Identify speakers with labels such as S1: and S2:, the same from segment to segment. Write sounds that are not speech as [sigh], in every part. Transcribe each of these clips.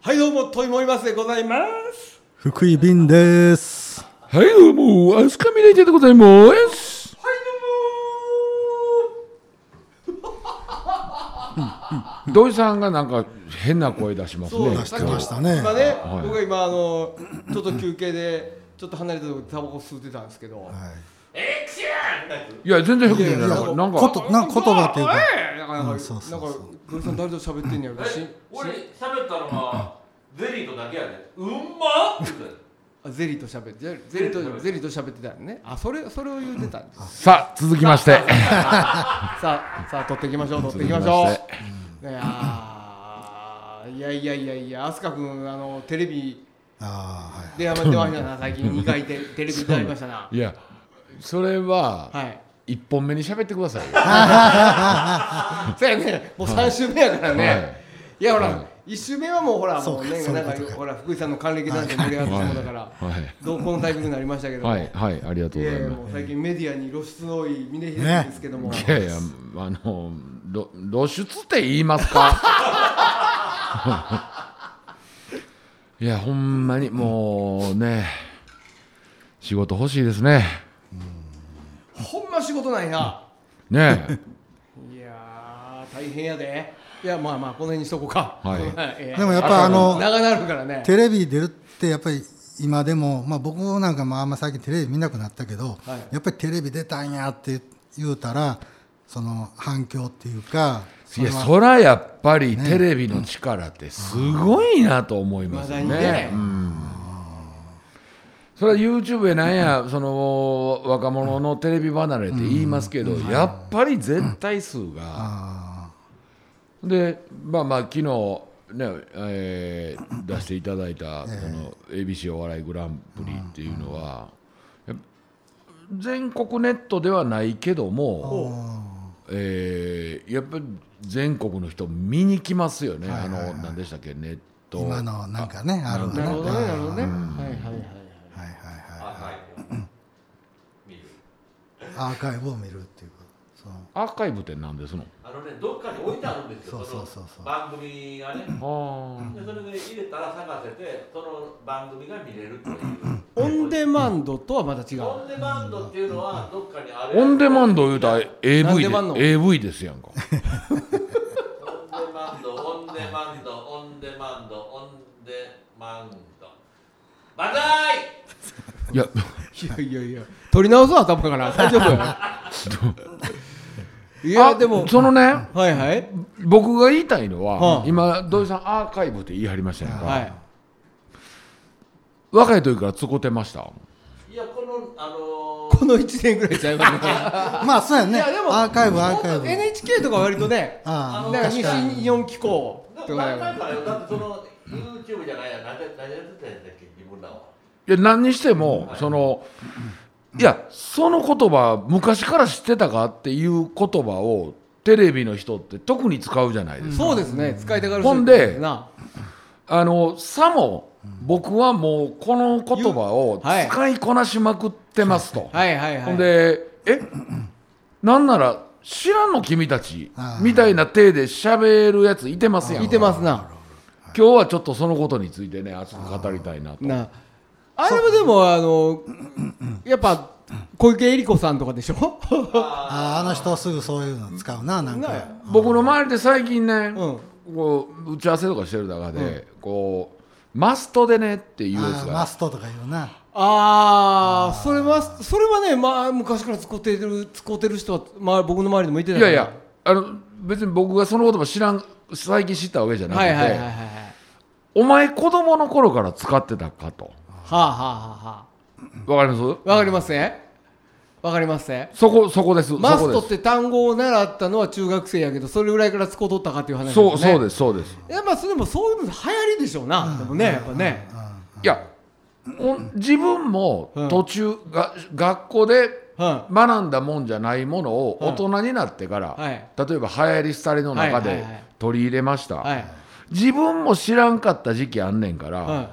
S1: はいどうもといもいますでございます
S2: 福井便です。
S3: はい、どうも、アスカミライでございます。
S1: はい
S3: 土井さんがなんか変な声出します
S1: どうも
S3: ね。
S1: そ
S2: 出
S1: う
S2: してました
S1: さっ
S2: ね
S1: き今ね、
S3: い
S1: 僕が今あのちょっと休憩でちょっと離れたとこでタバコ吸ってたんですけど、
S3: いや、全然へこんでない
S1: いや
S3: ない
S1: や
S3: んか。なん
S2: こ
S3: か、
S2: となんか言葉っていうか、
S1: なんかなんか、
S2: うんそうそうそ
S1: な
S2: う
S1: んか黒井さん誰と喋ってんねやろし
S4: 俺喋ったのはゼリーとだけやでうんまって言って
S1: あゼリーと喋ってゼリーとゼリーと喋ってたよねあそれそれを言ってたんです
S3: さあ、続きまして。
S1: さあさあ取っていきましょう取っていきましょういやーいやいやいやいや飛鳥君あのテレビ
S2: ああはい。
S1: でやめてましたな最近2回テテレビ出られましたない
S3: や、それは
S1: はい
S3: 一本目に喋ってくださいよ。
S1: そうやねもう3週目やからね、
S3: はい
S1: い、やほら、
S3: は
S1: 1週目はもうほらもうね
S2: そうか
S1: なん
S2: そ
S1: か
S2: ういうことか
S1: ほら福井さんの還暦なんて盛り上がってもんだから
S3: はい、
S1: どうこのタイミングになりましたけども、、
S3: はいい、はい、ありがとうご
S1: や
S3: ざ
S1: い
S3: い
S1: や
S3: ま
S1: もう最近メディアに露出の多い峰秀樹ですけども、
S3: す。いやいや、あの、ろ露出って言いますか。 [laughs] いや、ほんまに、もうね。仕事欲しいですね。
S1: ほんま仕事ないな、
S3: ねえ。
S1: いやー大変やでいやまあまあこの辺にしとこうか、
S3: はい
S1: ええ
S2: でもやっぱあの
S1: 長なるからね
S2: テレビ出るってやっぱり今でもまあ僕なんかまああんま最近テレビ見なくなったけど、
S1: はい
S2: やっぱりテレビ出たんやって言うたらその反響っていうか、
S3: いや
S2: それは
S3: そらやっぱりテレビの力ってすごいなと思いますね。
S1: まだにね
S3: うんそれは YouTube やなんやその若者のテレビ離れって言いますけど、やっぱり絶対数が、
S2: あ
S3: でまあまあ昨日ね、えー出していただいたその ABC お笑いグランプリっていうのは、やっ全国ネットではないけども。えーやっぱり全国の人見に来ますよね、あの何でしたっけネッ
S2: ー
S3: ト
S2: 今のなんかねあるわね
S1: なるほどねなるほどね、はいはい
S2: はい
S1: はい
S2: はい
S4: あ
S2: は
S4: はい見る
S2: いアーカイブを見るっていうかその
S3: アーカイブって何ですの
S4: あのねどっかに置いてあるんですよ
S2: そうそうそうそう
S4: の番組がね
S3: あ
S4: でそれで入れたら探せてその番組が見れるという
S1: オンデマンドとはまた違う
S4: オンデマンドっていうのはどっかにある
S3: オンデマンド言うた
S1: な
S3: ら
S1: ん
S3: AV
S1: で
S3: で
S1: まんの
S3: AV ですやんか
S4: オンデマンドオンデマンドオンデマンドオンデマンドバンザイ
S3: いや
S1: [laughs] いやいやいや、取り直そう頭から、大丈夫よ。
S2: [laughs]
S1: いや、
S3: あ
S1: でも、
S3: そのね
S1: はいはい。
S3: 僕が言いたいのは、
S1: うん
S3: 今土井さんアーカイブって言い張りましたやんか、
S1: はい。
S3: 若い時からつこてました
S4: いやこのあのー
S1: この一年ぐらいちゃいますね。
S2: まあそうやね
S1: いやでも
S2: アーカイブアーカイ
S1: もっと
S2: ブ
S1: NHK とか割とね、
S2: あ
S4: あ
S2: あ
S4: の
S1: なんか
S2: 確か
S1: 西
S2: に
S1: 日本機構
S4: だか
S1: と
S4: ら
S1: か
S4: 何
S1: や
S4: 回かよだってその YouTube じゃないや何で何でやってたんだっけ自分らはい
S3: や何にしても、そのいやその言葉昔から知ってたかっていう言葉をテレビの人って特に使うじゃないですか
S1: そうですね、使いたがる
S3: ほんで
S1: 人な。
S3: あのさも僕はもうこの言葉を
S1: はい
S3: 使いこなしまくってますと、
S1: はいはいはい。
S3: ほんでえなんなら知らんの君たち
S2: あー
S3: みたいな体で喋るやついてますやん
S1: いてますな。
S3: 今日はちょっとそのことについてね熱く語りたいなと
S1: な。あれもでも、あの、やっぱ、小池百合子さんとかでし
S2: [laughs]
S1: ょ
S2: あーあの人すぐそういうの使うななんか
S1: ね
S3: 僕の周りで最近ね、
S1: う
S3: こう打ち合わせとかしてる中で、こうマストでねっていうやつ
S2: あー
S3: が
S2: マストとか言うな
S1: ああ、それは、それはね、まあ、昔から使ってる、使ってる人は、まあ、僕の周りでもいてた
S3: い
S1: か
S3: や
S1: ら
S3: いやあの別に僕がその言葉知らん最近知ったわけじゃなくて、
S1: はいはいはいはいはい。は
S3: お前子供の頃から使ってたかと
S1: あ、はあはあは
S3: わかりま
S1: あ、わかりますね。わかりますね。
S3: すそこそこです
S1: マスト
S3: そ
S1: っ
S3: こ
S1: て単語を習ったのは中学生やけど、それぐらいから使うとったかっていう話
S3: で
S1: ですすね。
S3: そうそう
S1: す。
S3: ですそうで
S1: い
S3: す
S1: や、まあ、それでもそういうの流行りでしょうな。でもね、やっぱね。
S3: いやお自分も
S1: うん
S3: 途中、が学校で
S1: は
S3: 学んだもんじゃないものを
S1: うん
S3: 大人になってから、
S1: はい
S3: 例えば流行り廃りの中
S1: はい
S3: で
S1: はいはい
S3: 取り入れました、
S1: い。はい。
S3: 自分も知らんかった時期あんねんから、
S1: は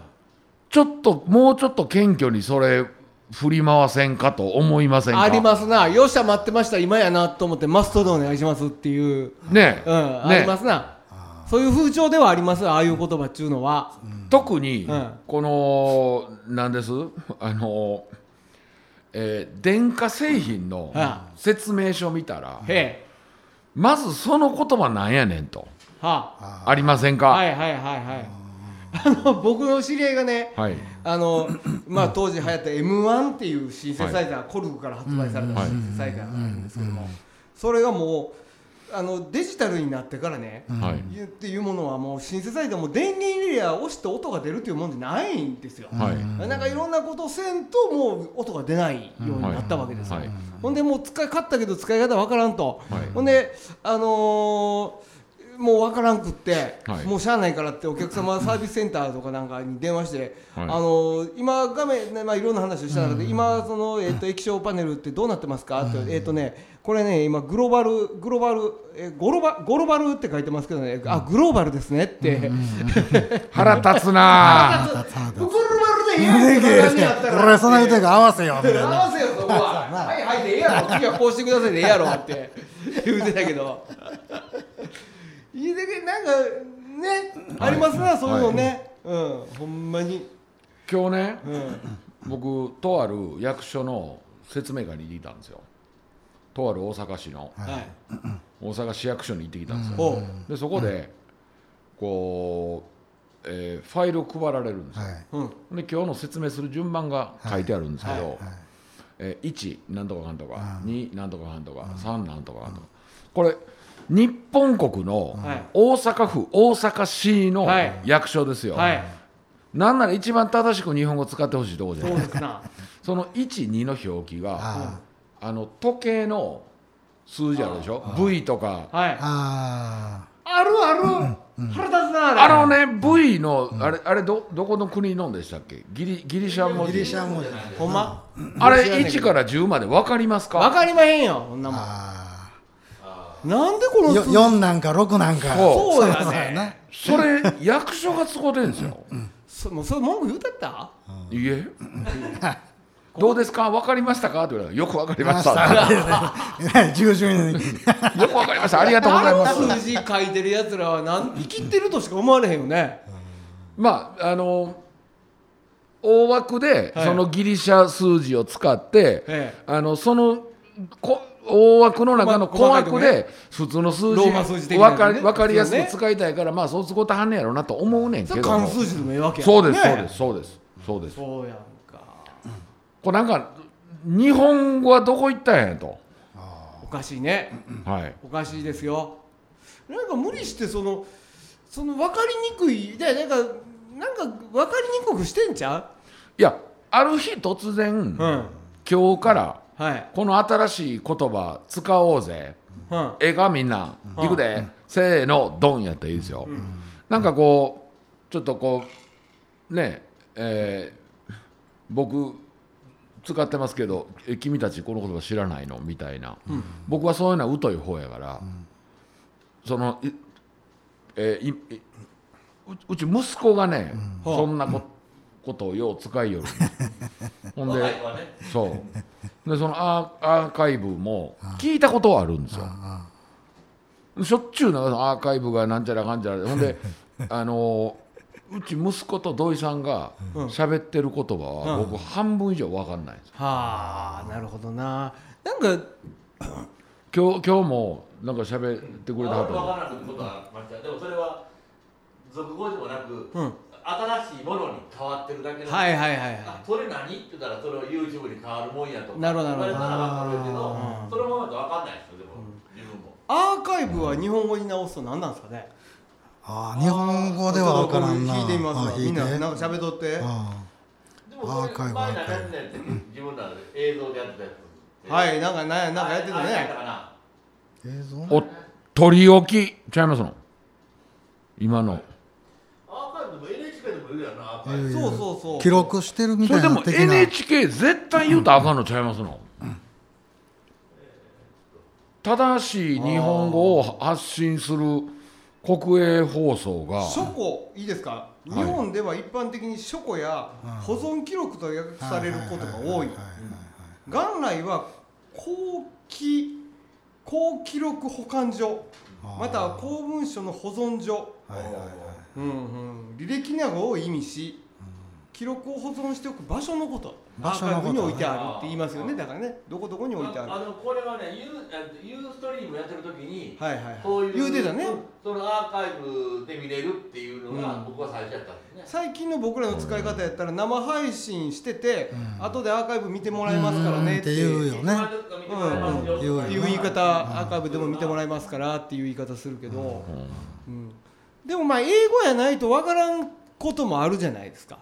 S3: ちょっともうちょっと謙虚にそれ振り回せんかと思いませ
S1: い。
S3: んか
S1: ありますな。よっしゃ、待ってました。今やなと思って、マストでお願いしますっていう。
S3: ねえ
S1: うん、ありますな。そういう風潮ではありますああいう言葉っちゅうのは、
S3: 特に
S1: うん
S3: この何です [laughs] あの、えー電化製品の
S1: は
S3: 説明書見たら
S1: へえ
S3: まずその言葉なんやねんと
S1: は
S3: ありません
S1: あ
S3: か
S1: は
S3: はい
S1: はいはいはいあの僕の知り合いがね
S3: い、
S1: あ [coughs] のまあ当時流行った M1 っていうシンセサイザー、コルグから発売されたシンセサイザーがあるんですけども、それがもうあのデジタルになってからね、
S3: はい
S1: いうっていうものはもうシンセサイザーも電源入れりゃ押して音が出るっていうもんじゃないんですよ、
S3: はい
S1: なんかいろんなことをせんともう音が出ないようになったわけですよ、
S3: はい
S1: ほんでもう使い買ったけど使い方わからんと、
S3: はい
S1: ほんであのーもうわからんくって、
S3: はい
S1: もうしゃあないからってお客様サービスセンターとかなんかに電話して、
S3: はい
S1: あのー今画面、ねまあ、いろんな話をした中で、今その、え
S3: [laughs]
S1: っと液晶パネルってどうなってますかって、えっとねこれね今グローバルグローバルえゴロバゴロバルって書いてますけどねあグローバルですねって、 [laughs]
S3: 腹立つなあ
S1: あグローバルでええやんけ何やったら
S2: 俺そんな言うてるから合わせよ
S1: [laughs]
S2: みたい
S1: 合
S2: な
S1: わせよそこははいはいでええやろ次はこうしてくださいでええやろって
S3: [laughs]
S1: 言うてたけどいいだけなんかね、ありますなそういうのね、うんほんまに
S3: 今日ね
S1: うん
S3: 僕とある役所の説明会に行ってきたんですよとある大阪市の
S1: はい
S3: 大阪市役所に行ってきたんですよ、
S1: おう
S3: でそこでこう、えーファイルを配られるんですよ、
S2: はい
S1: うん
S3: で今日の説明する順番が書いてあるんですけど、
S1: はい
S2: はい
S3: えー1なんとかかんとか、2なんとかかんとか、3なんとかかんとか、これ日本国の
S1: はい
S3: 大阪府大阪市の
S1: はい
S3: 役所ですよ、
S1: はい
S3: なんなら一番正しく日本語使ってほしいところじゃ
S1: そ
S3: ないうで
S1: です
S3: か
S1: すな
S3: その12の表記が
S2: あ
S3: あの時計の数字あるでしょ V とか
S1: はい
S2: ーあ
S1: あるある、腹立つなあれ
S3: あのね V のあれあれどどこの国のでしたっけギリギリシャ
S2: ー
S3: 文
S2: ギリ
S3: 字
S2: シャ文字
S1: ほんま
S3: あれ1から10まで分かりますか
S1: わかりまへんよこんなもん
S2: あ
S1: なんでこ
S2: ー
S1: の
S2: よ
S1: 数
S2: 4なんか6なんか
S3: そう
S1: そう
S2: そ
S1: や
S2: うや
S1: ね
S2: な
S3: それ役所が使うてんですよ、
S1: そもうそれ文句言うたった
S3: いえどうですか分かりましたかって言われたらよく分かりました
S2: 10周年に
S3: よく分かりましたありがとうございます
S1: あの数字書いてるやつらはなん生きてるとしか思われへんよね
S3: まああの大枠で
S1: はい
S3: そのギリシャ数字を使って、
S1: え
S3: あのそのこ大枠の中の小
S1: 細かいとこ
S3: 枠
S1: ね
S3: で普通の数
S1: ロ
S3: 字
S1: ーマ数字的なや
S3: 分
S1: つね
S3: かり分かりやす
S1: そう
S3: く
S1: ね
S3: 使いたいから、まあそう使うてはんねやろうなと思うねんけ
S1: それ
S3: ど
S1: 関
S3: も
S1: 数字でもええわけや
S3: そうですそう
S1: ね
S3: ですそうですそうです
S1: そうやんか
S3: これなんか日本語はどこ行ったんやと、
S1: おかしいね
S3: はい
S1: おかしいですよなんか無理してそのその分かりにくいでなんかなんか分かりにくくしてんちゃ
S3: いやある日突然、
S1: ううん
S3: 今日から
S1: はい
S3: この新しい言葉使おうぜ
S1: うん
S3: ええかみんな
S1: うん
S3: 行くで、せーのドンやったらいいですよ、なんかこうちょっとこうねえー僕使ってますけどえ君たちこの言葉知らないのみたいな、僕はそういうのは疎い方やから、そのいえーいいううち息子がね、そんなこ,、ことをよう使い [laughs] よるほんで、
S4: 若い子はね
S3: そう。でそのアーアーカイブも聞いたことはあるんですよ。しょっちゅうなんかアーカイブがなんちゃらかんちゃらでほん [laughs] であのうち息子と土井さんが喋ってる言葉は
S1: うん
S3: 僕半分以上分かんないんですよ。
S1: はあなるほどななんか
S3: 今日今日もなんか喋ってくれた
S4: わ
S3: はっ
S4: か
S3: たの
S4: らなくことはありましたでもそれは俗語でもなく、
S1: うん
S4: 新しいものに変わってるだけで、
S1: はいはいはい
S4: あ
S1: は
S4: それ何って言ったらそれを YouTube に変わるもんやとか
S1: なるほどなるほど
S4: 言われたら分かるけ
S1: う
S4: ど
S1: ん
S4: そのままじゃ分かんないですよでも、自分も
S1: いアーカイブは日本語に直すと何なんですかね
S2: あー日本語では分からんな
S1: ちょっと僕聞いてみます
S2: あ
S1: わ
S2: ー
S1: みんな
S2: 弾いて
S1: なんか喋っとって
S2: あ
S4: でもそ
S2: アー
S4: れ
S2: カイブ
S4: 前
S2: アー
S4: 何
S2: カイ
S4: や
S2: ブ
S4: ってんねんって自分らで映像でやってたやつ
S1: はいなんかなんやなんかやってた
S4: あれやっ
S1: ね
S4: たかな
S2: ー映像
S3: お取り置きちゃいますの今の。
S4: アーカイブでも NHK でもいるやんなアーカイ
S2: い
S4: ブ
S2: るいる
S1: そうそうそう
S2: 記録してるみ
S3: そ
S2: た
S3: れ
S2: い
S3: でも
S2: な的な
S3: NHK 絶対言うとあかんのちゃいますの、正しい日本語を発信する国営放送が
S1: 書庫いいですか日本では一般的に書庫や保存記録と訳されることが多い元来は公記公記録保管所または公文書の保存所
S2: あはいはいはい
S1: うんうん、履歴などを意味し記録を保存しておく場所のこと
S2: 場所のこ
S1: アーカ
S2: と
S1: イブに置いてあるって言いますよね
S4: あー
S1: だからねどこどこに置いてある
S4: あのこれはねユーえユーストリームやってる時に
S1: はいはい
S4: こう
S1: はいいう言うてたね
S4: そのアーカイブで見れるっていうのが、
S1: うん
S4: 僕は最初やったんですね
S1: 最近の僕らの使い方やったら生配信してて
S2: うん
S1: 後でアーカイブ見てもらえますからねっ
S2: ってて言う
S1: いう
S2: よね。うんうん
S1: っていう言い方アーカイブでも見てもらえますからっていう言い方するけど
S3: うん
S1: うんでもまあ英語やないとわからんこともあるじゃないですか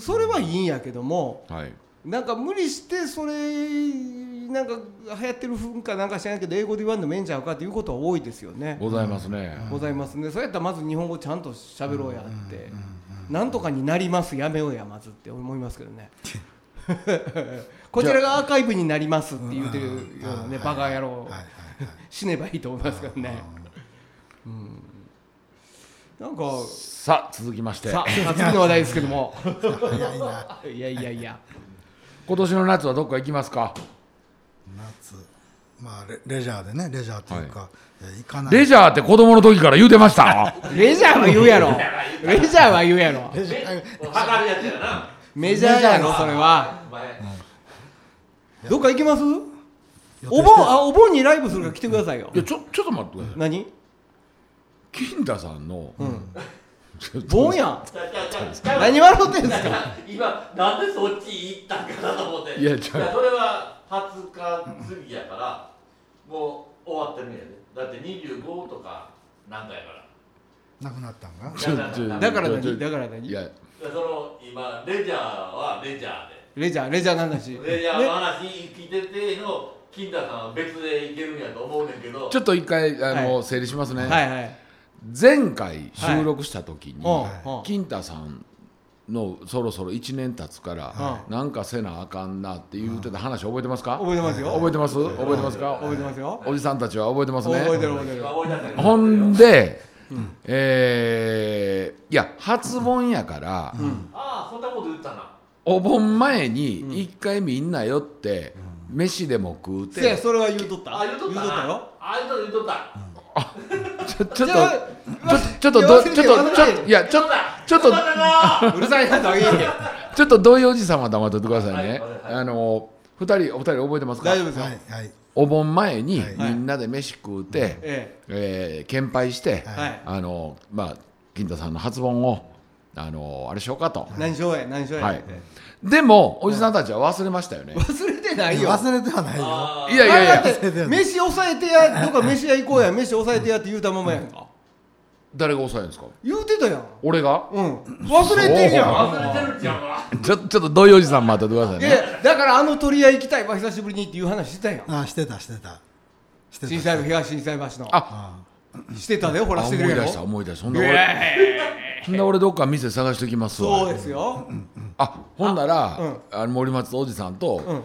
S1: それはいいんやけども
S3: はい
S1: なんか無理してそれなんか流行ってる文化なんか知らないけど英語で言わんでもええんちゃうかっていうことは多いですよね、
S3: ございますね、
S1: ございますねそれやったらまず日本語ちゃんと喋ろうやって、なんとかになりますやめようやまずって思いますけど [laughs] ねこちらがアーカイブになりますって言うてるようなねバカ野郎
S2: はいはい
S1: 死ねばいいと思いますからねうんなんか
S3: さあ続きまして
S1: さあ次の話題ですけども
S2: はい。早いな。
S1: いやいやいや
S3: 今年の夏はどっか行きますか
S2: 夏。まあレレジャーでねレジャーというか、えー行かない。
S3: レジャーって子供の時から言うてました
S1: レジャーは言うやろレジャーは言うやろ
S2: レジャー
S4: 測るやつやな
S1: メジャーやろそれは
S4: お前
S1: どっか行きますお
S2: 予定して
S1: 盆あお盆にライブするから来てくださいよ
S3: いやちょちょっと待ってください
S1: 何
S3: 金太さんの、
S1: うん
S3: ちょっと
S1: 盆やん
S4: ちゃうちゃうちゃうちゃう
S1: 何笑ってんすか
S4: 今なんでそっち行ったんかなと思って
S3: いやちゃう
S4: それは20日過ぎやからもう終わってるんやでだって25とかなんかやか
S2: な
S4: ら
S2: くなったんが。
S3: ちょちょ
S1: だから
S3: ちょ
S1: 何
S3: ちょ
S1: だから
S3: い
S1: 何
S3: や
S4: その今レジャーはレジャーで
S1: レジャーレジャーの話
S4: レジャー
S1: ね
S4: の話聞いてての金太さんは別でいけるんやと思うねんけど
S3: ちょっと一回あの、
S1: は
S3: 整理しますね、
S1: はいはい
S3: 前回収録した時に、
S1: うんうん
S3: 金太さんのそろそろ1年経つから、なんかせなあかんなって言うてた話覚えてますか、
S1: 覚えてますよ
S3: 覚えてます覚えてますか
S1: 覚えてますよ
S3: おじさんたちは覚えてますね
S1: 覚えてる覚えてる
S4: 今思い出せん
S3: ほんで、えーいや初盆やから、
S4: ああそんなこと言ったな
S3: お盆前に一回みんな寄って、飯でも食う
S1: せや
S3: て、
S1: それは言うとった
S4: あ言うとったな
S1: 言うとったよ
S4: あ言うとった言うとった
S3: ちょちょっ
S1: じ
S3: と
S1: ゃあ
S3: ちょっとどちょっとちょ
S1: 忘れてる
S3: っといやちょっとちょっと
S4: 言うたな
S1: うるさいなとあげて
S3: ちょっと同意おじさんは黙っとってくださいね、
S4: はいはい
S3: あの二人お二人覚えてますか
S1: 大丈夫ですよ
S2: はいはい
S3: お盆前に
S2: はい
S3: みんなで飯食うて、
S1: え
S3: えー献杯して、
S1: え
S2: はい
S1: はい
S3: あのまあ金太さんの初盆をあのあれしようかと、
S1: 何しようや何しようや
S3: はい
S1: って
S3: でもおじさんたちは忘れましたよね、
S1: 忘れてないよ
S2: 忘れてはないよ。
S4: あ
S3: いやいやい
S1: あ
S3: や
S1: れだって飯抑えてやどっか飯屋行こうや飯抑えてやって言うたままやんか
S3: 誰が抑えるんですか
S1: 言うてたやん
S3: 俺が
S1: うん忘れてんやん
S3: そう
S4: 忘れてるんちゃうか
S3: [laughs] ちょちょっと同意おじさん待っとってください
S1: い
S3: ね
S1: やだからあの鳥屋行きたいわ久しぶりにっていう話してたやん
S2: あしてたしてた。して
S1: 震
S2: た。
S1: 災の東震災橋の
S3: あ
S2: あ
S1: してたでほら
S3: あ
S1: し
S3: 思
S1: て
S3: い
S1: る
S3: 出
S1: やろ
S3: した思い出したそん
S1: い
S3: な俺
S1: やいやいや
S3: そんな俺どっか店探してきますわ
S1: そうですよ
S3: あほんなら
S1: あうん
S3: あの森松おじさんと、
S1: うん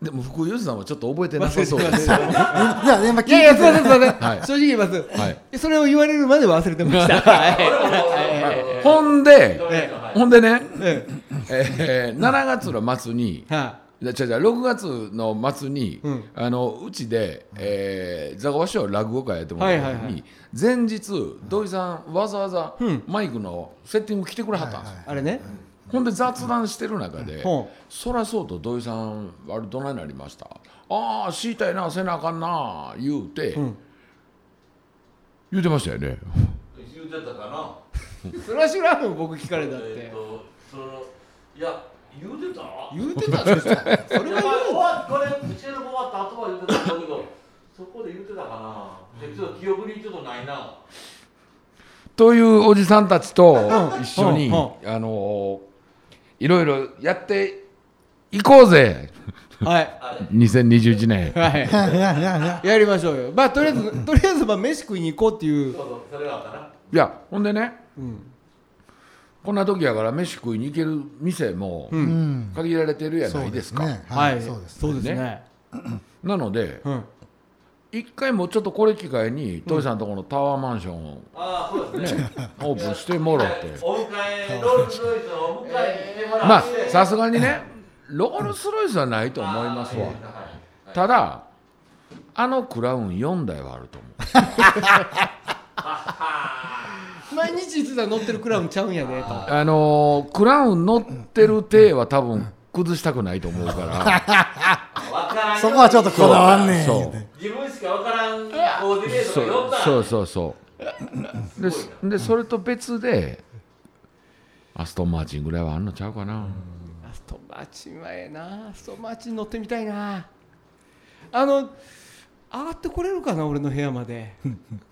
S3: でも福井おじさんはちょっと覚えてな
S1: 忘れ
S3: さ
S1: て
S3: そ
S1: ま
S3: う [laughs] です
S1: すい
S2: あ。じゃあ今聞い
S1: やい
S2: て
S1: やすいませんすいません
S3: はい
S1: 正直言います
S3: はい
S1: それを言われるまで忘れてま
S3: [laughs]
S1: したはい
S3: ほんで
S4: はい
S3: ほんでね、
S1: え
S3: えー、7月の末に
S1: えは
S3: じゃじゃ6月の末に、う
S1: うん
S3: あのうちで、えー、ザワシを落語会やってもらった時に、
S1: はいはいはい
S3: 前日土井さんわざわざ
S1: うん
S3: マイクのセッティング来てくれはったんですよ、
S1: いあれね
S3: ほんで雑談してる中で
S1: ほう
S3: 「そらそうと土井さんあれどないなりました?」「ああ知りたいなせなあかんな」言うて、
S1: ん
S3: 言うてましたよね
S4: 言うてたかな
S1: それは知らんよ僕聞かれたっ
S4: え
S1: て
S4: っとそのいや言うてた
S1: 言うてたでしょそれ
S4: い
S1: は
S4: やま
S1: 言
S4: あ
S1: う
S4: 終わこれ収録終わった後は言うてたんだけどそこで言うてたかなでちょっと記憶にちょっとないな
S3: というおじさんたちと
S1: うん
S3: 一緒に、
S1: うん
S3: あのーいろいろやっていこうぜ
S1: はい
S4: あれ
S3: 2021年
S1: はい
S2: いやいやいやいや。
S1: やりましょうよまあとりあえずとりあえずまあ飯食いに行こうっていう
S4: そうそうそれがあったない
S3: やほんでね
S1: うん
S3: こんな時やから飯食いに行ける店も
S1: う
S2: うんん。
S3: 限られてるや
S2: そ
S3: な
S2: う
S3: いですか、
S2: ね
S1: は
S2: はいい。そうです。
S1: そうですね
S3: ねなので
S1: うん
S3: 一回もうちょっとこれ機会に土井さんのところのタワーマンション
S4: ああそうですね
S3: オープンしてもろって
S4: お迎えロールスロイスのお迎えに来てもら
S3: まあ
S4: って、
S3: さすがにねロールスロイスはないと思いますわ
S4: はい
S3: ただあのクラウン4台はあると思う
S4: あは
S1: 毎日いつだ乗ってるクラウンちゃうんやでと。
S3: あのークラウン乗ってる体は多分崩したくないと思うから
S4: 分からんよ
S2: そこはちょっとこだわんねん
S3: そう
S2: 言うて
S4: 自分しか分からんコーディネ
S3: [laughs]
S4: ート
S3: そ
S4: が読ん
S3: う
S4: だ
S3: そうそうそうででそれと別でアストンマーチンぐらいはあんのちゃうかな、
S1: アストンマーチンはええなアストンマーチン乗ってみたいなあの上がってこれるかな俺の部屋ま
S2: [laughs]
S1: で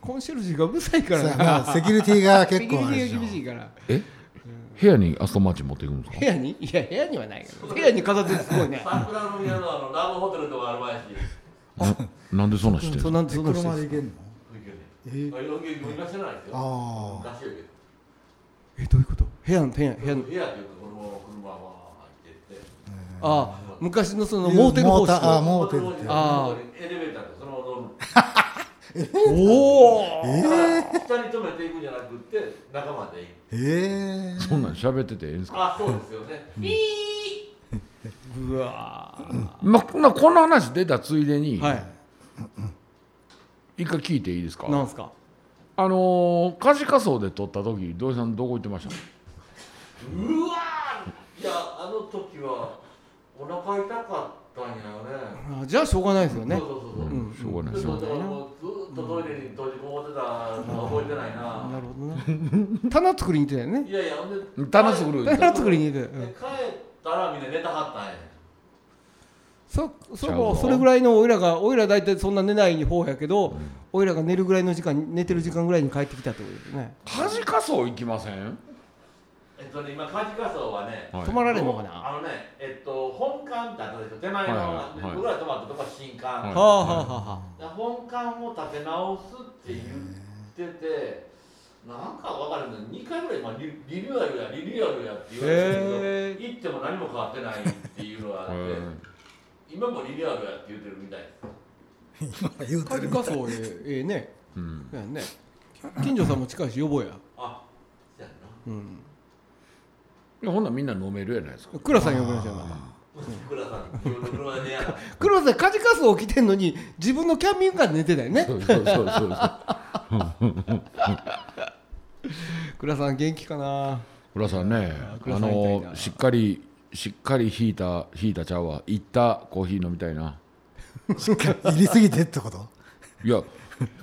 S1: コンシェルジュがうるさいから
S2: そうや
S1: な
S2: なセキュリティが結構あ
S1: 右
S2: るで
S1: に
S2: しょ
S1: 厳しいから
S3: え部屋にアストンマーチン持っていくんですか
S1: 部屋にいや部屋にはないけど部屋に飾ってるすごいね
S4: 桜の宮のあのラブホテルとかあるまいし
S3: ななんでそんなんしてん
S1: そ
S3: の
S1: んなんそんなんして
S2: 車
S1: る
S2: で行けんの
S4: 東京に東京に乗り出してないですよ
S2: ああ
S4: 出してる
S1: えどういうこと部屋の部屋部
S4: け
S1: 屋
S4: ど
S1: の
S4: 部屋っていうかこの車は入ってって
S1: ああ昔のそのモーテル方式
S2: モーターあーモーテルって
S1: あ
S4: エレベーターでそのまま乗る
S1: おお
S4: 下に止めていくんじゃなくって中まで行く
S2: ええ
S3: そんなん喋っててええんですか、
S4: あそうですよねピ
S1: うわ
S3: ままあ、この話出たついでに、
S1: ーはい
S3: 一回聞いていいですか
S1: なんすか
S3: あのー、カジカソで撮った時土井さんどこ行ってました
S4: ーうわーいやあの時はお腹痛かったんやよね
S1: あじゃあしょうがないですよね
S4: そうそうそうそう
S3: しょうがない
S4: ちょっ
S1: そう
S4: と
S1: だよな
S4: もうずっとトイレに閉じこもってたの覚えてない
S1: な
S4: な
S1: るほどな [laughs] 棚作りに行ってたよね
S4: いやいやほんで
S3: 棚作る
S1: 棚作りに行ってたよ、うん
S4: で帰ったらみんな寝たはったんや
S1: そそ
S3: ちゃうぞ
S1: こそれぐらいのおいらがおいら大体そんな寝ない方やけど、おいらが寝るぐらいの時間寝てる時間ぐらいに帰ってきたってことですね、
S3: カジカソ行きません、
S4: えっとね今カジカソはね
S3: はい
S1: 泊まられんのかなは
S4: あのねえっと本館ってあったでしょ手前の、
S3: はいはいはい
S4: 僕ら泊まったとこは新館、
S1: あ、
S3: は
S1: はあはあは
S4: で本館を建て直すって言ってて、なんか分かるんだ2回ぐらい今リリニューアルやリニューアルやって言われてるけど行っても何も変わってないっていうのがあって、今もリニューアルやって言ってるみたいです
S2: 言う
S1: あカ
S2: て
S1: ジ
S2: る
S1: カソウええええね
S3: うん、
S1: そうやね近所さんも近いし予防や
S4: あそうやな
S1: うん
S3: いやほんならみんな飲めるやないですか
S1: 倉さん呼ぶんじゃな
S4: 倉さん自分の車で寝やがって
S1: い倉さんカジカソウ着てんのに自分のキャンピングカーで寝てたよね
S3: そうそうそうそうそう
S1: 倉さん元気かな
S3: 浦さんね
S1: あ
S3: あ
S1: ー浦さん痛い
S3: の
S1: な
S3: ーしっかりしっかり引いた引いた茶は行ったコーヒー飲みたいな
S2: 入りすぎてってこと
S3: いや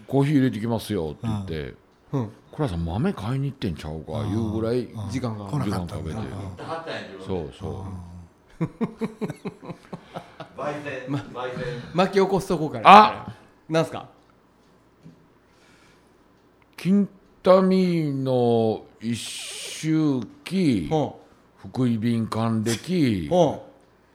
S3: コーヒー入れてきますよって言って
S1: うん
S3: 倉さん豆買いに行ってんちゃうかいうぐらい
S1: 時間が
S2: 来なかった
S3: 時間かけて
S2: うん
S4: はったんや自
S3: そ
S4: 分
S3: うそう
S4: 焙煎焙煎
S1: 巻き起こすとこから
S3: あ
S1: なんすか
S3: 金民の一周期
S1: ほ
S3: 福井便還
S1: う
S3: 暦
S1: ほ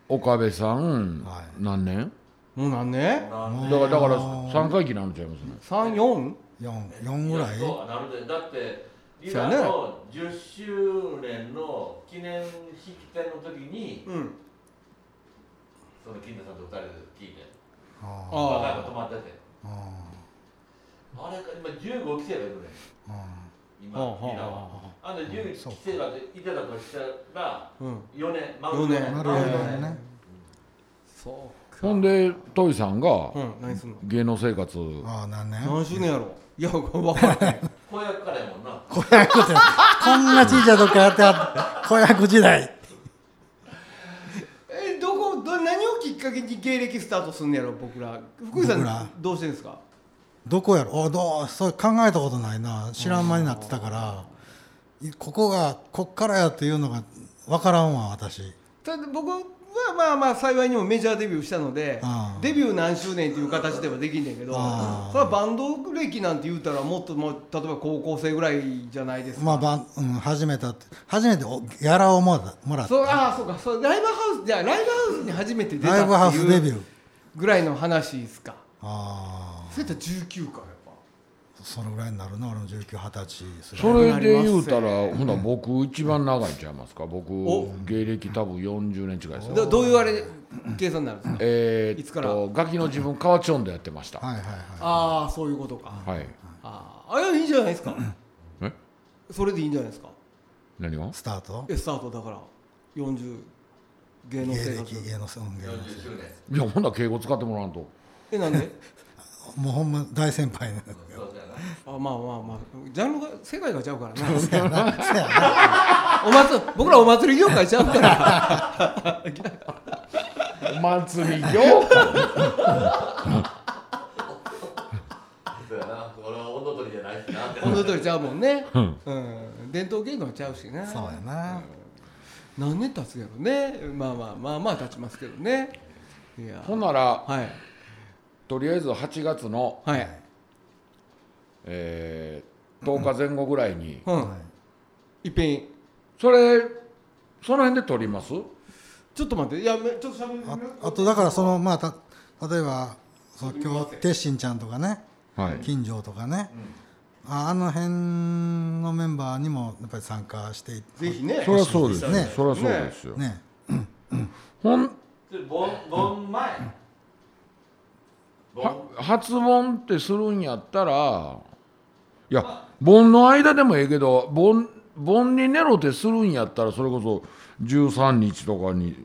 S3: 岡部さん、
S2: は
S3: 何年
S1: うもう何年
S4: な
S3: だ
S4: んで
S3: からだから3回忌なんちゃいますね
S1: 三四
S2: 四四ぐらい
S4: そうはなるでだってリ
S1: そうや
S4: ラ
S1: ね
S4: の10周年の記念式典の時に
S1: うん
S4: その金田さんと二人で聞いて
S2: あ
S1: あ
S4: 若い子泊まってて
S2: ああ
S4: あれか今15期生がいるね
S2: あ
S4: 今
S1: ほうほう
S4: リラは
S1: ほ
S4: あの11期生がいてたとしたら
S1: ううん
S4: 4年丸
S1: 四年
S2: な
S4: 丸
S2: るほ
S1: 丸
S2: ど
S1: 四
S2: ね
S4: 四年
S1: そうか
S3: ほんでトイさんが
S1: うん何すんの
S3: 芸能生活
S2: ああ何年
S1: 何周年やろいや分からへん
S4: 子役からやもんな
S2: 子役ってこんな小さい時からやってはった子役時代
S1: [laughs] えどこど何をきっかけに芸歴スタートすんのやろ僕ら福井さ
S2: 僕ら
S1: んどうしてんですか
S2: どこやろあどうそう考えたことないな知らん間になってたからいここがこっからやっていうのが分からんわ私
S1: ただ僕はまあまあ幸いにもメジャーデビューしたので
S2: ああ
S1: デビュー何周年っていう形ではできんねんけどそれ
S2: ああ
S1: はバンド歴なんて言うたらもっともう例えば高校生ぐらいじゃないですか、
S2: まあ、ばんうん、初めてって初めておギャラをもらもらった
S1: そうああそうかそうライブハウスじゃあライブハウスに初めて出た
S2: ライブハ
S1: っ
S2: ウ
S1: て
S2: スデ
S1: い
S2: ビ
S1: う
S2: ュー
S1: ぐらいの話ですか
S2: ああ
S1: それやったら19かやっぱ
S2: そのぐらいになるな俺も1920歳する
S3: それで言うたらほな僕一番長いんちゃいますか僕
S1: お
S3: 芸歴多分40年違いですよ
S1: どどういうあれ計算になるんですか
S3: えー、
S1: いつから
S3: っとガキの自分河内音でやってましたは
S2: はいはいはい
S1: ああそういうことか、
S3: い
S1: あああいやいいじゃないですか
S3: え
S1: それでいいんじゃないですか
S3: 何が
S2: スタート
S1: えスタートだから40芸能
S2: 芸
S1: 生
S2: 歴
S1: 活
S2: 芸能生芸能
S4: 40周年
S3: いやほんなら敬語使ってもらわんと
S1: えなんで
S2: もうほんま大先輩なの
S4: そうじゃない
S1: ああまあまあまあジャンルが世界がちゃうから [laughs] な
S2: せやなせやな
S1: お祭り [laughs] 僕らお祭り業界ちゃうから [laughs]
S3: お祭り業界
S4: そうやなこれは温度取りじゃないしな
S1: この通りちゃうもんね、
S3: うん
S1: うん、伝統芸能ちゃうしな
S2: そうやな
S1: 何年経つけどねまあまあまあまあ経ちますけどねいや
S3: [laughs] ほんなら
S1: はい
S3: とりあえず8月の、
S1: はい
S3: えー10日前後ぐらいに
S1: うん、、
S2: はい
S1: っぺん
S3: それその辺で撮ります
S1: ちょっと待っていやめちょっとしゃべる
S2: ああとだからそのまあた例えばその今日鉄心ちゃんとかね
S3: はい
S2: 金城とかね、ああの辺のメンバーにもやっぱり参加してい
S1: ぜひね
S3: そりゃそうです
S2: ね
S3: ねそりゃそうですよ、
S2: ね
S3: ほん
S4: で盆盆前
S3: は
S4: 盆
S3: 発盆ってするんやったらいや盆の間でもええけど盆盆に寝ろってするんやったらそれこそ13日とかに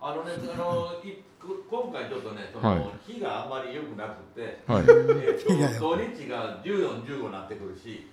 S4: あのねあのい今回ちょっとねその、
S3: はい
S4: 日があんまり良くなくて
S3: はい
S4: えっと
S2: いやいや
S4: 土日が1415になってくるし、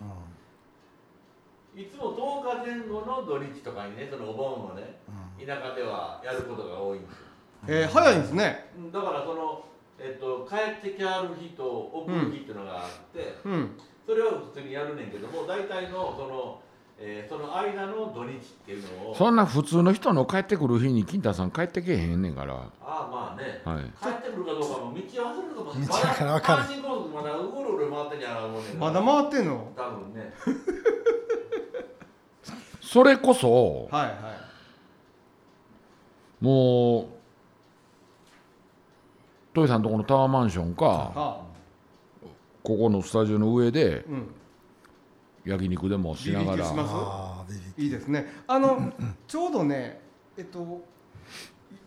S4: いつも10日前後の土日とかにねそのお盆をね、田舎ではやることが多いんですよ
S1: えー早いんですね
S4: うんだからその、えっと、帰ってきはる日と送る日っていうのがあって、
S1: うん
S4: それを普通にやるねんけども大体のその、えーその間の土日っていうのを
S3: そんな普通の人の帰ってくる日に金太さん帰ってけへんねんから
S4: ああまあね、
S3: はい
S4: 帰ってくるかどうかも道合わせるかも
S2: 道合わせる
S4: まだ
S2: わかる
S4: 阪神高速まだうろうろ回ってんやろうもんねん
S1: まだ回ってんの
S4: 多分ね
S3: それこそ
S1: はいはい
S3: もうトイさんとこのタワーマンションか
S1: あ
S3: ここのスタジオの上で
S1: うん
S3: 焼肉でもしな
S1: リリ
S3: が
S1: ース
S3: ら
S1: し
S2: あ
S1: ま
S2: あービビ
S1: いいですねあのちょうどねえっと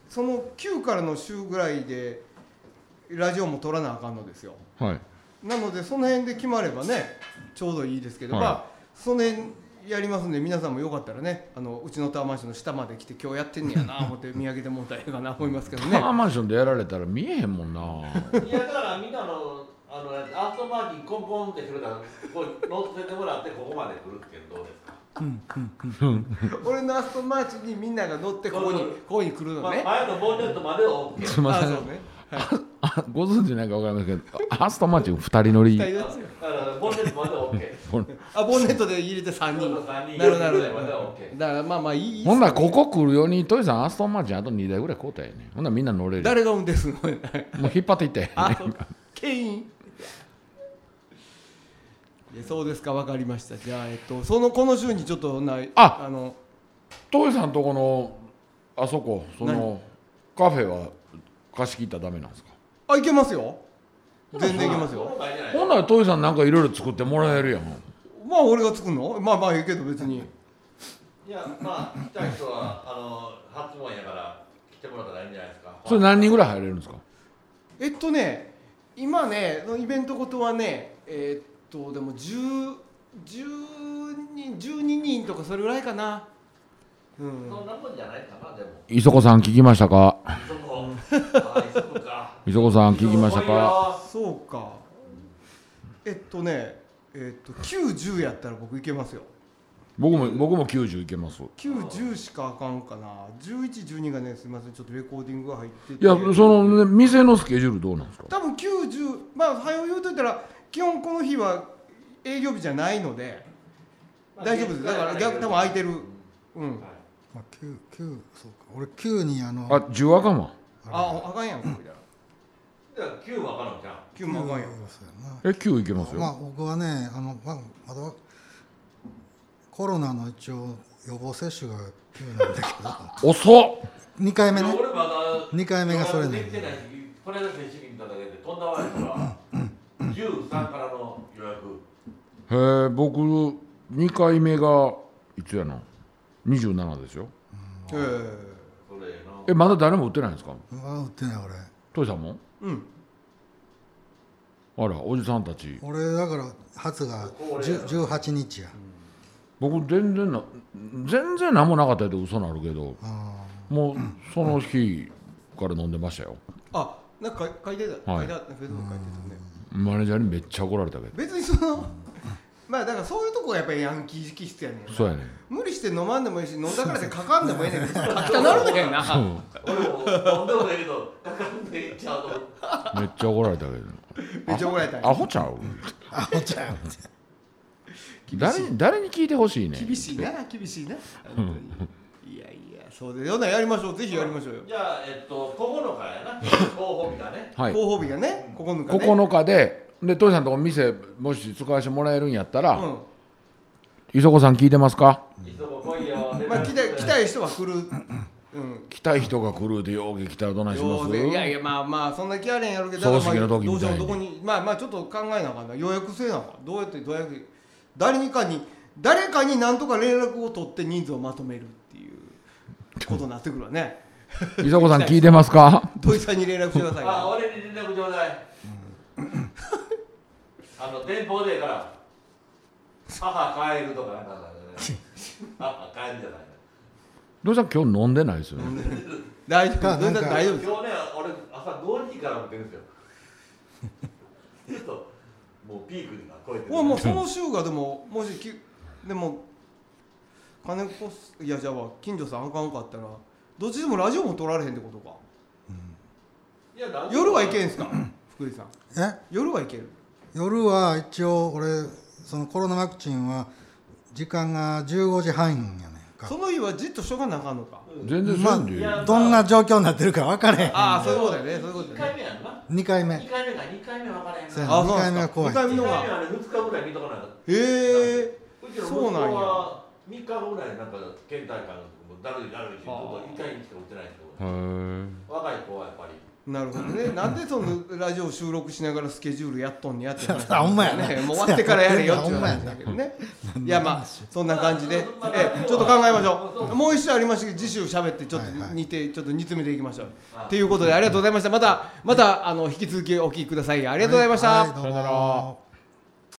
S1: その9からの週ぐらいでラジオも撮らなあかんのですよ
S3: はい
S1: なのでその辺で決まればねちょうどいいですけど、
S3: はい
S1: まあその辺やりますんで皆さんもよかったらねあのうちのタワーマンションの下まで来て今日やってんねやな思って見上げてもらったらええかな思いますけど
S3: タ
S1: ね
S3: ワーマンションでやられたら見えへんもんない
S4: やだからみんなのあのアートマーキーコンコンってするからこう乗せてもらってここまで来るけどどうですか
S1: [laughs] 俺のアストンマーチにみんなが乗ってここにこ
S4: そうそう
S1: こに来るの
S4: ま
S1: ね、
S4: 前のボンネットまでは OK
S3: すいませ
S1: あ
S3: ん
S1: そうね
S3: あご存知ないか分かりませんけどアストンマーチン2人乗り
S1: 二人
S4: だ
S1: ですよ
S4: からボンネットまでは OK
S1: あボンネットで入れて3
S4: そう
S1: 人
S4: そう三人
S1: なるほどなるほ
S4: 四人ぐらいまでは OK
S1: どだからまあまあいい
S3: ほんならここ来るようにトイさんアストンマーチンあと2台ぐらい買うたらええねんほんならみんな乗れる
S1: 誰が運転するの
S3: もう引っ張っていって
S1: あそうかケインいやそうですかわかりましたじゃあえっとそのこの週にちょっとない
S3: あ
S1: あの
S3: トイさんとこのあそこそのカフェは貸し切ったらダメなんですか
S1: あ、いけますよ。全然いけます
S4: [laughs]
S1: よ。
S4: この場合じゃない
S3: ほんならトイさんなんかいろいろ作ってもらえるやん
S1: まあ、俺が作るの、まあ、まあ、いいけど、別に。
S4: いやまあ来た人はあの初問やから来てもらったらいいんじゃないですか
S3: それ何人ぐらい入れるんですか
S1: えっとね、今ね、のイベントごとはね、えーっと、でも、十、十人、十二人とか、それぐらいかな。うん。
S4: そんなもんじゃないかな [laughs] でも
S3: 磯子さん聞きましたか
S4: そこああそうか
S3: 磯子さん聞きましたか
S1: そうか。えっとね、えーっと、九十やったら、僕いけますよ。
S3: 僕も僕も90いけます
S1: 九十しかあかんかな。十一、十二がね、すみません、ちょっとレコーディングが入ってて。
S3: いやその、ね、店のスケジュールどうなんですか
S1: 多分90まあ早う言うといたら基本この日は営業日じゃないので大丈夫ですだから逆多分空いてるうん
S2: まあ九九そうか俺九にあの
S3: あ十和かも
S1: ああかんやんこれじゃ
S4: じゃあ9分かるんじゃん
S1: 9もあかんやん
S2: そうやな
S3: え9いけますよ、
S2: まあ僕はねあのまあまだコロナの一応予防接種が九なんだけど
S1: [laughs]
S3: 遅っ
S2: 二回目
S4: いや
S2: ね
S4: 俺まだ
S2: 二回目がそれ
S4: で
S2: ね
S4: きてないしこれだけ試験ただけでとんだわいから13からの予約
S3: へえ僕2回目がいつやな27ですよ
S1: ええ
S4: それの
S3: えまだ誰も打ってないんですか
S2: まだ売ってない俺
S3: トイさんも
S1: うん
S3: あらおじさんたち
S2: 俺だから初が10 18日や、
S3: 僕全然な全然何もなかったで嘘なるけど
S2: あ
S3: もうその日から飲んでましたよ
S1: あなんか書いてた
S3: は
S1: 書
S3: い
S1: いてたフェイスブック書いてたね
S3: マネージャーにめっちゃ怒られたけど
S1: 別にそのまあだからそういうとこがやっぱりヤンキー気質やねんな
S3: そうやね
S1: 無理して飲まんでもいいし飲んだからってかかんでもええねんけど
S5: 書きたなるねんな
S3: そう
S4: 俺も飲んでもいいけどかかんでいっちゃうと
S3: めっちゃ怒られたけど
S1: めっちゃ怒られたんや
S3: アホちゃう
S2: あほちゃん
S3: 誰に誰に聞いてほしいねん
S1: 厳しいな厳しいな本当にいやいやそうでよなやりましょうぜひやりましょうよ
S4: じゃあえっと9日やな候補日がね
S3: はい
S1: 広報日がね9日ね
S3: 9日ででトシさんとこ店もし使わせてもらえるんやったら、
S1: うん
S3: 磯子さん聞いてますか
S4: いつも来いよ
S1: まあ来た来たい人は来るうん
S3: 来たい人が来るでよう来たらどないしま
S1: ど
S3: す
S1: うせいやいやまあまあそんな気あれんやるけど
S3: 葬
S1: だから
S3: 式の時
S1: まあ
S3: みたいに
S1: どうしようどこにまあまあちょっと考えなあかんな予約制なあかんどうやってどうやって誰にかに誰かに何とか連絡を取って人数をまとめるっていうことになってくるわね
S3: 磯子さん聞いてますか
S1: 土井さんに連絡してください
S4: あ
S1: よ
S4: 俺に連絡ちょうだいあの電報でええから母帰るとかなんかなんかね母帰るじゃない
S3: どうした今日飲んでないですよね
S1: 大丈夫
S2: あ
S1: 土井さん
S2: なんか
S1: 大丈夫で
S4: 今日
S1: す
S4: ね俺朝5時から見てるんですよちょっともうピークが超えてる
S1: もうもうその週がでも [laughs] もしきでも金子すいやじゃあ近所さんあかんかったらどっちでもラジオも取られへんってことか
S4: いやなんか
S1: 夜はいけんすか福井さん
S2: え
S1: 夜はいける
S2: 夜は一応俺そのコロナワクチンは時間が15時半やねんか
S1: その日はじっとしとかなあかんのか
S3: 全然
S2: ま
S3: せんでいいよ
S4: や
S2: あどんな状況になってるか分かれへん
S1: ああそういうことだよねそういうこと
S4: 一
S1: だよ
S4: 回
S1: ね
S4: 目やんな
S2: 2回目
S4: 二回目か二回目分からへん
S2: そうや
S4: な
S1: あ
S2: 二回目は
S1: そう
S2: 怖
S1: ないんですか二回目の
S4: 二回目
S1: が
S4: はね二日ぐらい見とかなあかん
S1: へえ
S4: うちの息
S1: そう
S4: 子
S1: なんや
S4: は3日後ぐらいなんか県大会の時もだるいだるいしちょっと痛いにしか打ってないんです
S3: へー
S4: けど若い子はやっぱり
S1: なるほどねなんでそのラジオ収録しながらスケジュールやっとんねやって話 [laughs]
S2: ほんまやな
S1: もう終わってからやれよっていう話だけどねいやまあそんな感じでええちょっと考えましょうもう一週ありましたけど次週喋ってちょっと
S2: はいはい
S1: 似てちょっと煮詰めていきましょう
S4: はい
S1: ということでありがとうございましたまたまたあの引き続きお聞きくださいありがとうございました、
S2: はいはいどうも